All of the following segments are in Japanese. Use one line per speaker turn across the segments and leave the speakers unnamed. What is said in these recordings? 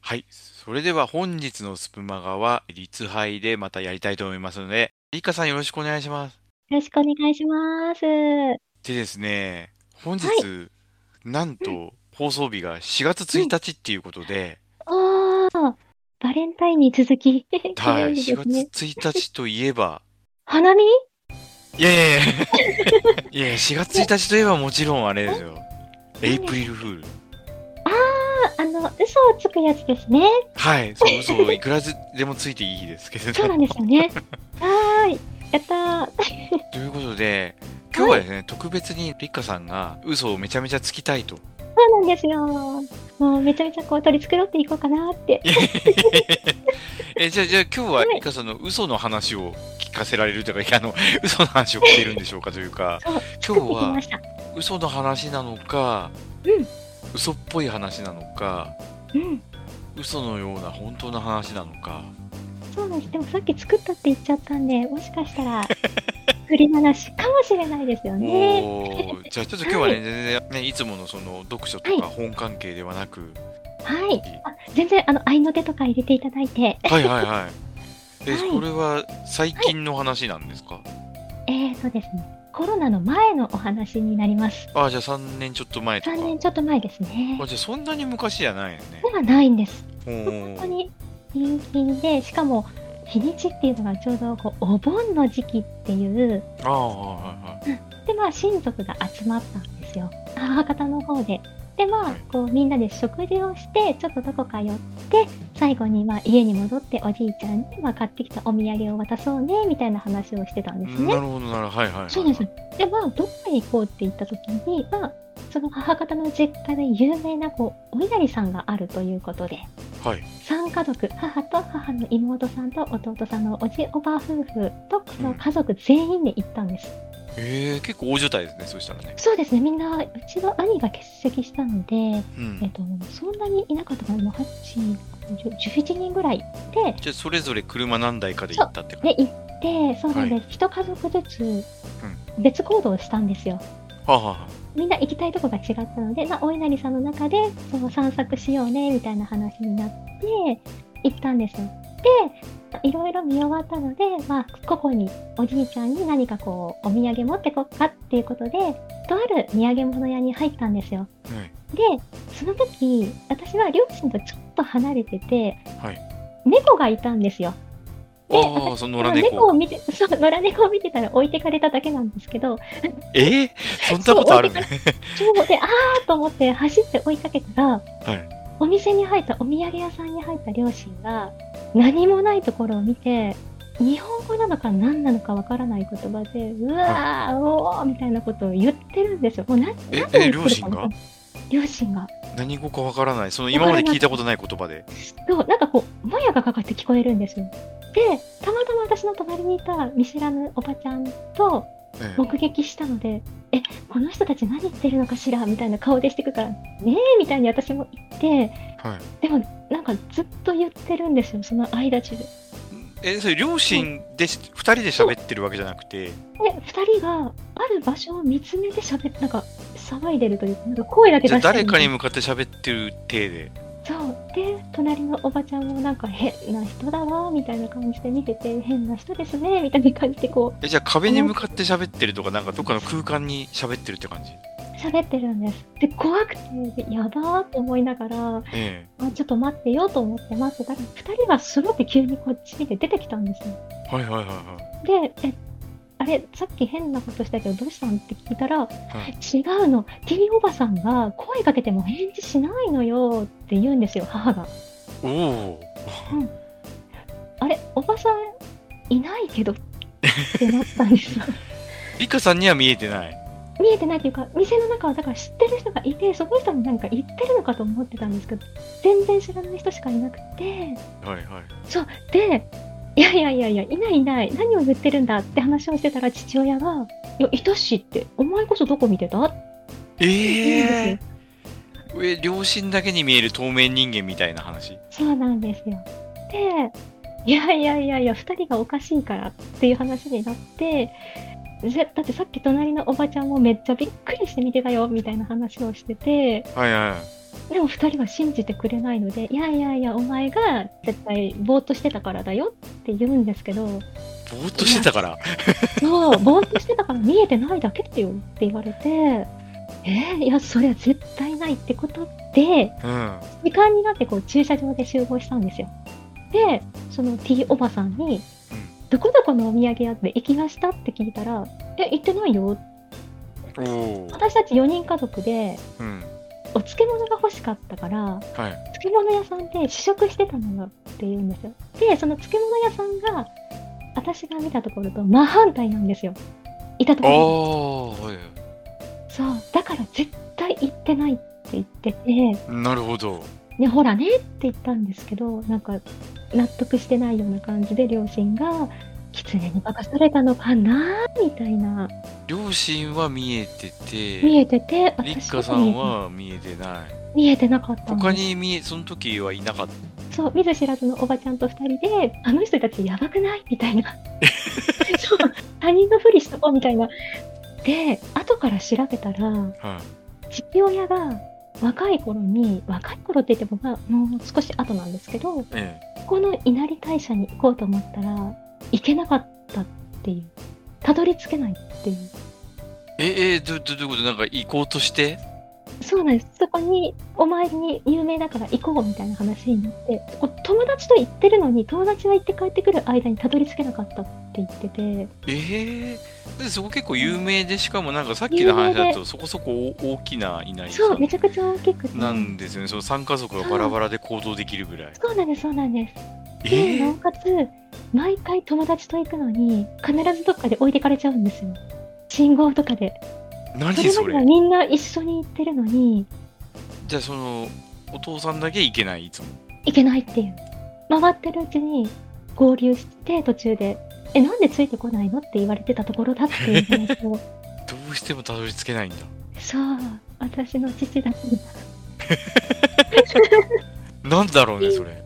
はい。それでは本日のスプマガは、立杯でまたやりたいと思いますので、リカさんよろしくお願いします。
よろしくお願いします。は
でですね、本
い。
日、なん
うん、
と放送日が4月
う
1
ん。
日っていうことで、
ああ、バレンタインに続き、記
は
念
い、
日で
4月
すね。
1日といえば、
花見
いやい やいや、いやいや、4月
え、
1日といえばもちろんあれですよ。エイ
何で
プ
し
リ
たっ
ルフ
け
ール。
ああー、あの、嘘をつくやつですね。
はい、そう、嘘をいくらでもついていいですけれ
そう
ど。
なんですよ ね。はーい。やったー。
ということで、今日
は。
はいですね、特別にリカさんが嘘をめちゃめちゃつきたいと。
そうなんですよ。もうめちゃめちゃこう取り繕っていこうかなーって。
え、じゃあ、じゃあ今日は
は
リ
い。
カさんの嘘の話を聞かせられるというか、あの、 嘘の話を聞けるんでしょうかというか、
そ
今
う、作っ
日
てきま
は
した。
嘘の話なのか、
うん、
嘘っぽい話なのか、
うん。
嘘のような本当の話なのか。
そうなんです。でもさっき作ったって言っちゃったんで、もしかしたら、 作り話かもしれないですよね。
おー、じゃあちょっと今日は
は
ね、
い。
全然ね、いつものその読書
は
とか
い。
本関係ではなく、
はい。あ、全然、あの、合いの手とか入れていただいて。
はいはいはい。え、
は
こ
い。
れは最
はい。
近の話なんですか
えーとですね、コロナの前のお話になります。
あ、じゃあ3年ちょっと前と
3
か。
年ちょっと前です
あ、
ね。
じゃあそんなに昔じゃないよね。
ではないんです。
お
もう本当
ー。
に近々で、しかも、日にちっていうのがちょうどこうお盆の時期っていう、
ああ、はいはいは
うん、で、まあ、親族が集まったんですよ。母方の方で。で、
い。
ま
は
あ、
い
こう、みんなで食事をして、ちょっとどこか寄って、最後に、まあ、家に戻っておじいちゃんに、まあ、買ってきたお土産を渡そうね、みたいな話をしてたんですね。
なるほどなるほど。はいはいはい
そうです。
は
で、まあ、どこに行こうって言った時に、まあ、その母方の実家で有名な、こう、お稲荷さんがあるということで、
い。はい。
3家族、母と母の妹さんと弟さんのおじおば夫婦と、そうの
ん。
家族全員で行ったんです。
ええ、結構大所帯ですね、そうしたらね。
そうですね、みんな、うちの兄が欠席したの
う
で、え
ん。
っと、そんなにいなかったかな、もう8、10 11人ぐらいで、
じゃあそれぞれ車何台かで
そ
行っ
う、
たって感
で、
じ。
行って、そうな
は
ん
い。
です、一家族ずつ
うん。
別行動をしたんですよ。
はあはあはあ。
みんな行きたいとこが違ったので、まあ、お稲荷さんの中でそう散策しようねみたいな話になって行ったんですよ。でいろいろ見終わったので、まあ、ここにおじいちゃんに何かこうお土産持ってこっかっていうことでとある土産物屋に入ったんですよ。
はい。
でその時私は両親とちょっと離れてて
はい。
猫がいたんですよ。で
ああ、
私
その野良
その猫
猫。
を見てそう野良猫を見てたら置いてかれただけなんですけど
ええ、そんな
そ
こ
う置
と
い
あ
て
る
か
ね。
れそうであーと思って走って追いかけたら
はい。
お店に入ったお土産屋さんに入った両親が何もないところを見て日本語なのか何なのかわからない言葉でう
はい。
わーおーみたいなことを言ってるんですよもう何
え、
何を
え、
言
両
ってる
親
かわか
が
んない両親が
何語かわからない。その
わ
今
か
ま
ら
で
な
聞いた
く
ことない言葉で。
そうなんかこうマヤがかかって聞こえるんですよでたまたま私の隣にいた見知らぬおばちゃんと
ええ。
目撃したのでえこの人たち何言ってるのかしらみたいな顔でしてくからねえみたいに私も言って
はい。
でもなんかずっと言ってるんですよその間中
え、それ両
そう
親でし、二人で
そう
喋ってるわけじゃなくて、
で2人がある場所を見つめて喋ってなんか騒いでるというかなんか声だけ
じゃあ
出して
誰
るみ
か
たい
に
な
向かって喋ってる体で。
そうで隣のおばちゃんもなんか変な人だわみたいな感じで見てて変な人ですねみたいな感じでこ
え、じゃあ壁
う
に向
思
かって喋ってるとか、なんかどっかの空間に喋ってるって感じ。
喋ってるんですで怖くてでやばーと思いながら
え
あちょっと待ってよと思って待ってたら2人が揃って急にこっち見て出てきたんですよ
え。はいはいはいはい。
でえあれさっき変なことしたけどどうしたんって聞いたら
はい。
違うの、ティーおばさんが声かけても返事しないのよって言うんですよ、母が。
おお。
うん、あれ、おばさんいないけどってなったんで すよ。
リカさんには見えてない。
見えてないというか、店の中はだから知ってる人がいて、その人になんか言ってるのかと思ってたんですけど、全然知らない人しかいなくて、
はいはい。
そう、で、いやいやいやいや、いないいない、何を言ってるんだって話をしてたら、父親が、いや、いたしって、お前こそどこ見てたって言うんです
え
よ。
ええ、両親だけに見える透明人間みたいな話。
そうなんですよ。で、いやいやいやいや、2人がおかしいからっていう話になって、ぜだってさっき隣のおばちゃんもめっちゃびっくりして見てたよみたいな話をしてて、
はいはい。
でも2人は信じてくれないので「いやいやいやお前が絶対ぼーっとしてたからだよ」って言うんですけど
ぼーっとしてたから。
「そうぼーっとしてたから見えてないだけだよ」って言われて「えーいやそれは絶対ない」ってことで
うん。
時間になってこう駐車場で集合したんですよ。でその T おばさんに「どこどこのお土産屋って行きました?」って聞いたら「え行ってないよ
おお。
私たち4人家族で
うん。
お漬物が欲しかったから
はい。
漬物屋さんで試食してたのよって言うんですよでその漬物屋さんが私が見たところと真反対なんですよいたと
あ
ころ
あ、はい。
そうだから絶対行ってないって言ってて
なるほど。
ね、ほらねって言ったんですけどなんか納得してないような感じで両親が狐に化かされたのかなみたいな
両親は見えてて、
見えてて
りっ
私
かさんは見えてない。
見えてなかったの
他に見え、その時はいなかっ
そう見ず知らずのおばちゃんと2人であの人たちやばくないみた いなそう他人のふりした子みたいなで後から調べたら
た。はい。
父親が若い頃に若い頃って言ってもまあもう少し後なんですけど
ええ。
ここの稲荷大社に行こうと思ったら行けなかったっていうたどり着けないっていう
え、え、ど、ど、どういうことなんか行こうとして
そうなんですそこにお参りに有名だから行こうみたいな話になってこう友達と行ってるのに友達が行って帰ってくる間にたどり着けなかったって言ってて
ええで、そこ結構有名で、しかもなんかさっきの話だとそこそこ大大きな稲荷さ
そうめ
ん
ちゃくちゃ大きくて
なんですよね。その3家族がバラバラで行動できるぐらい。
そうなんですそうなんです
え
でな
え
おかつ毎回友達と行くのに必ずどっかで置いてかれちゃうんですよ信号とかで
何
それ
そ
までは
れ
みんな一緒に行ってるのに
じゃあその、お父さんだけ行けない、いつも。
いけないっていう回ってるうちに合流して途中で「えなんでついてこないの?」って言われてたところだっていう話 を
どうしてもたどり着けないんだ。
そう私の父だけに
なんだろうね、それ。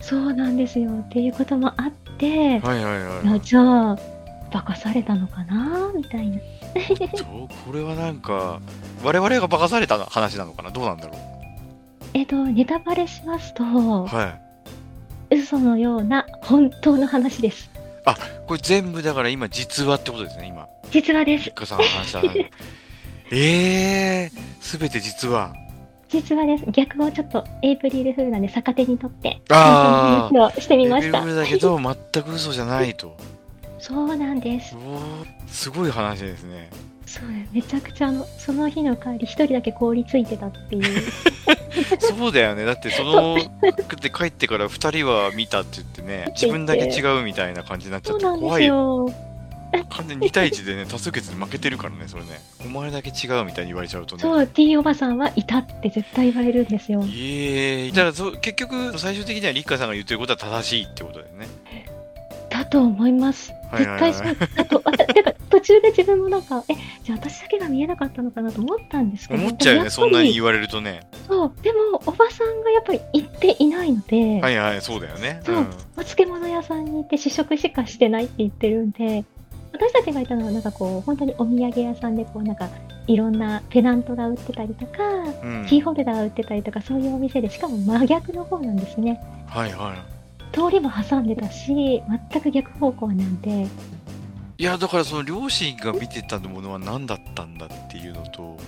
そうなんですよっていうこともあって、
はいはいはいいは
や
い。
じゃあ化かされたのかなみたいな
そう、これはなんか、我々が化かされた話なのかなどうなんだろ
えっとネタバレしますと
う。はい。
嘘のような本当の話です
これ全部だから今、実話ってことですね、今。
実話で
一
す
家さんの話だな。ええー、すべて実話。
実話です逆をちょっとエイプリルフールなんで逆手にとって
あー
本当の話をしてみま
レ
し
ベ
た
ルだけど、全く嘘じゃないと。
そうなんです
うおーすごい話ですね。
そうねめちゃくちゃあのその日の帰り一人だけ凍りついてたっていう
そうだよね。だって、その、で帰ってから二人は見たって言ってね、自分だけ違うみたいな感じになっ ちゃ
そ
っ
う
て
なんで
怖
す
いよ。
よ
完全に2対1でね、多数決で負けてるからね、それね。お前だけ違うみたいに言われちゃうとね。
そう T おばさんはいたって絶対言われるんですよ
ええだからそう結局最終的にはリッカーさんが言ってることは正しいってことだよね。
だと思います
はい
絶
はいは
対
い
そうだとあてか途中で自分もなんかえじゃあ私だけが見えなかったのかなと思ったんですけど
思っちゃうよね、
でも
そ
や
ん
っぱ
な
り
に言われるとね。
そうでもおばさんがやっぱり行っていないので、
はいはい、そうだよね。
そうお漬物屋さんに行って試食しかしてないって言ってるんで私たちがいたのはなんかこう本当にお土産屋さんでこうなんかいろんなペナントが売ってたりとか、
うん。うん
キーホルダーが売ってたりとかそういうお店でしかも真逆の方なんですね
はいは
通りも挟んでたし全く逆方向なんで
い。いや、だからその両親が見てたものは何だったんだっていうのと、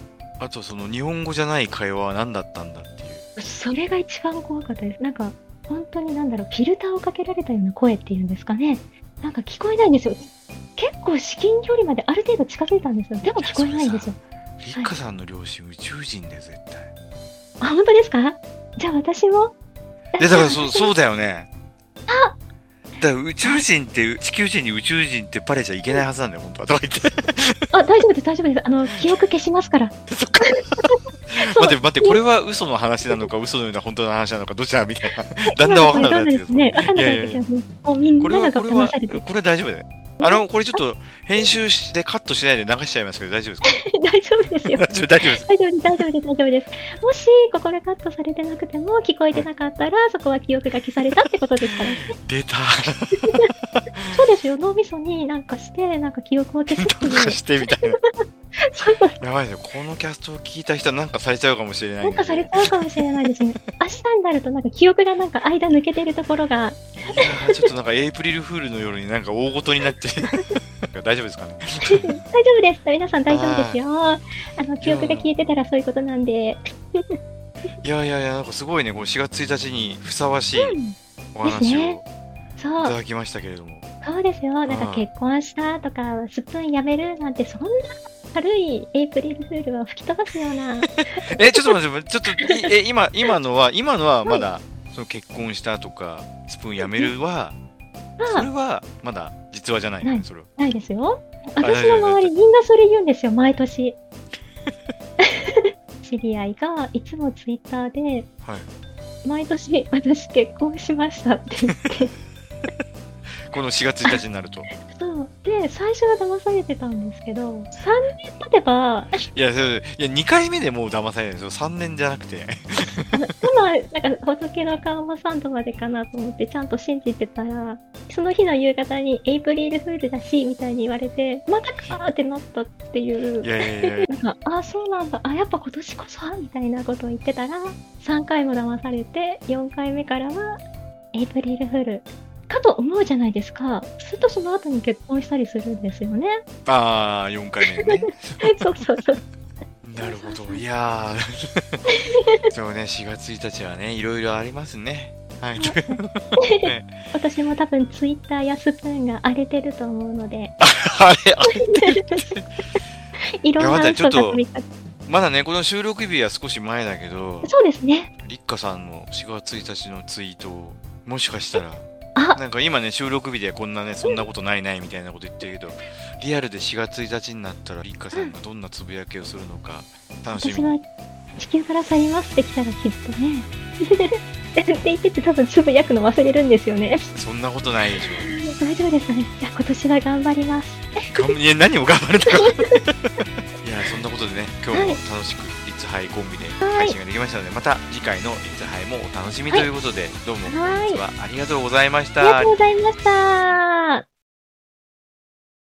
あとその日本語じゃない会話は何だったんだっていう。
それが一番怖かったですなんか本当になんだろうフィルターをかけられたような声っていうんですかねなんか聞こえないんですよ結構至近距離まである程度近づいたんですよでも聞こえないんですよ
リッカさんの両親宇宙人だよ、絶対。
あ本当ですかじゃあ私も
で、だから そうそうだよね。だから宇宙人って、地球人に宇宙人ってバレちゃいけないはずなんだよ、本当は。とか言 って。
あ大丈夫です大丈夫ですあの記憶消しますから
そっか。待って待って、これは嘘の話なのか、嘘のような本当の話なのか、どちらみたい な。だんだんわかんなくな
そう
っ
で
て
すねわかんなくなって
いやい
き
やい
ま
や
すねもうみん
これ
な
は、
が
これは、
騙されてる
これは大丈夫だよね。あの、これちょっと、編集でカットしないで流しちゃいますけど、大丈夫です
大丈夫ですよ
か 大丈夫、大丈夫です。
大丈夫です大丈夫です大丈夫ですもしここでカットされてなくても聞こえてなかったらそこは記憶が消されたってことで すから
出た。
そうですよ脳みそになんかしてなんか記憶を消すって
ど
い
うか
う
してみたいな。
そうそう
やばいですね。このキャストを聞いた人はなんかされちゃうかもしれない
なん
んで
かされちゃうかもしれないですね。明日になるとなんか記憶がなんか間抜けてるところが、
いや ーちょっとなんかエイプリルフールの夜になんか大ごとにな って。大丈夫ですかね。
大丈夫です。皆さん大丈夫ですよ。あの、記憶が消えてたらそういうことなんで。
いやいやいや、なんかすごいね、この4月1日にふさわしい
うん。
お話をい
ねそ
た
う、
だきましたけれども。
そうですよ。なんか結婚したとか、スプーンやめるなんて、そんな軽いエイプリルフールを吹き飛ばすような。
え、ちょっと待って、ちょっと、いえ、今、今のは、今のはまだ、その結婚したとか、スプーンやめるは、それ
まあ、
はまだ実話じゃない
ない
の、それは。
ないですよ。
あ
私の周りみんなそれ言うんですよ、毎年。 知り合いがいつもツイッターで、
はい。
毎年私結婚しましたって言って。
この4月1日になると。
そう。で、最初は騙されてたんですけど、3年経てば、
いや、そういや2回目でもう騙されないですよ。3年じゃなくて。
今、なんか仏の顔も3度までかなと思って、ちゃんと信じてたら、その日の夕方にエイプリルフールだし、みたいに言われて、またかーってなったっていう。
いやいやいや、
なんか、ああ、そうなんだ、あやっぱ今年こそみたいなことを言ってたら、3回も騙されて、4回目からは、エイプリルフール。かと思うじゃないですか。するとその後に結婚したりするんですよね。
あー、4回目ね。
そうそうそう。
なるほど、いや ー、そうね、4月1日はね、いろいろありますね。 はい、
私も多分ツイッターやスプーンが荒れてると思うので、
あれ、あ
いろ
い
ん
やま
な
だちょ
嘘
っと
が飛び交っ
まだね、この収録日は少し前だけど
て。、そうですね。
りっかさんの4月1日のツイートを、もしかしたら、
あ、
なんか今ね、収録日でこんなね、そんなことないないみたいなこと言ってるけど、リアルで4月1日になったら、りっかさんがどんなつぶやきをするのか、楽し
私
み。
は地球から去りますって来たらきっとね。 って言ってて多分つぶやくの忘れるんですよね。
そんなことないでしょ。
大丈夫ですかね。じゃあ今年は頑張ります。
頑張いや何も頑張れたから いやそんなことでね今日も楽しく「リツハイコンビ」で配信ができましたのでまた次回の「リツハイ」もお楽しみということで、どうも
は
本
い
日はありがとうございまし
ありが
た
とうございました。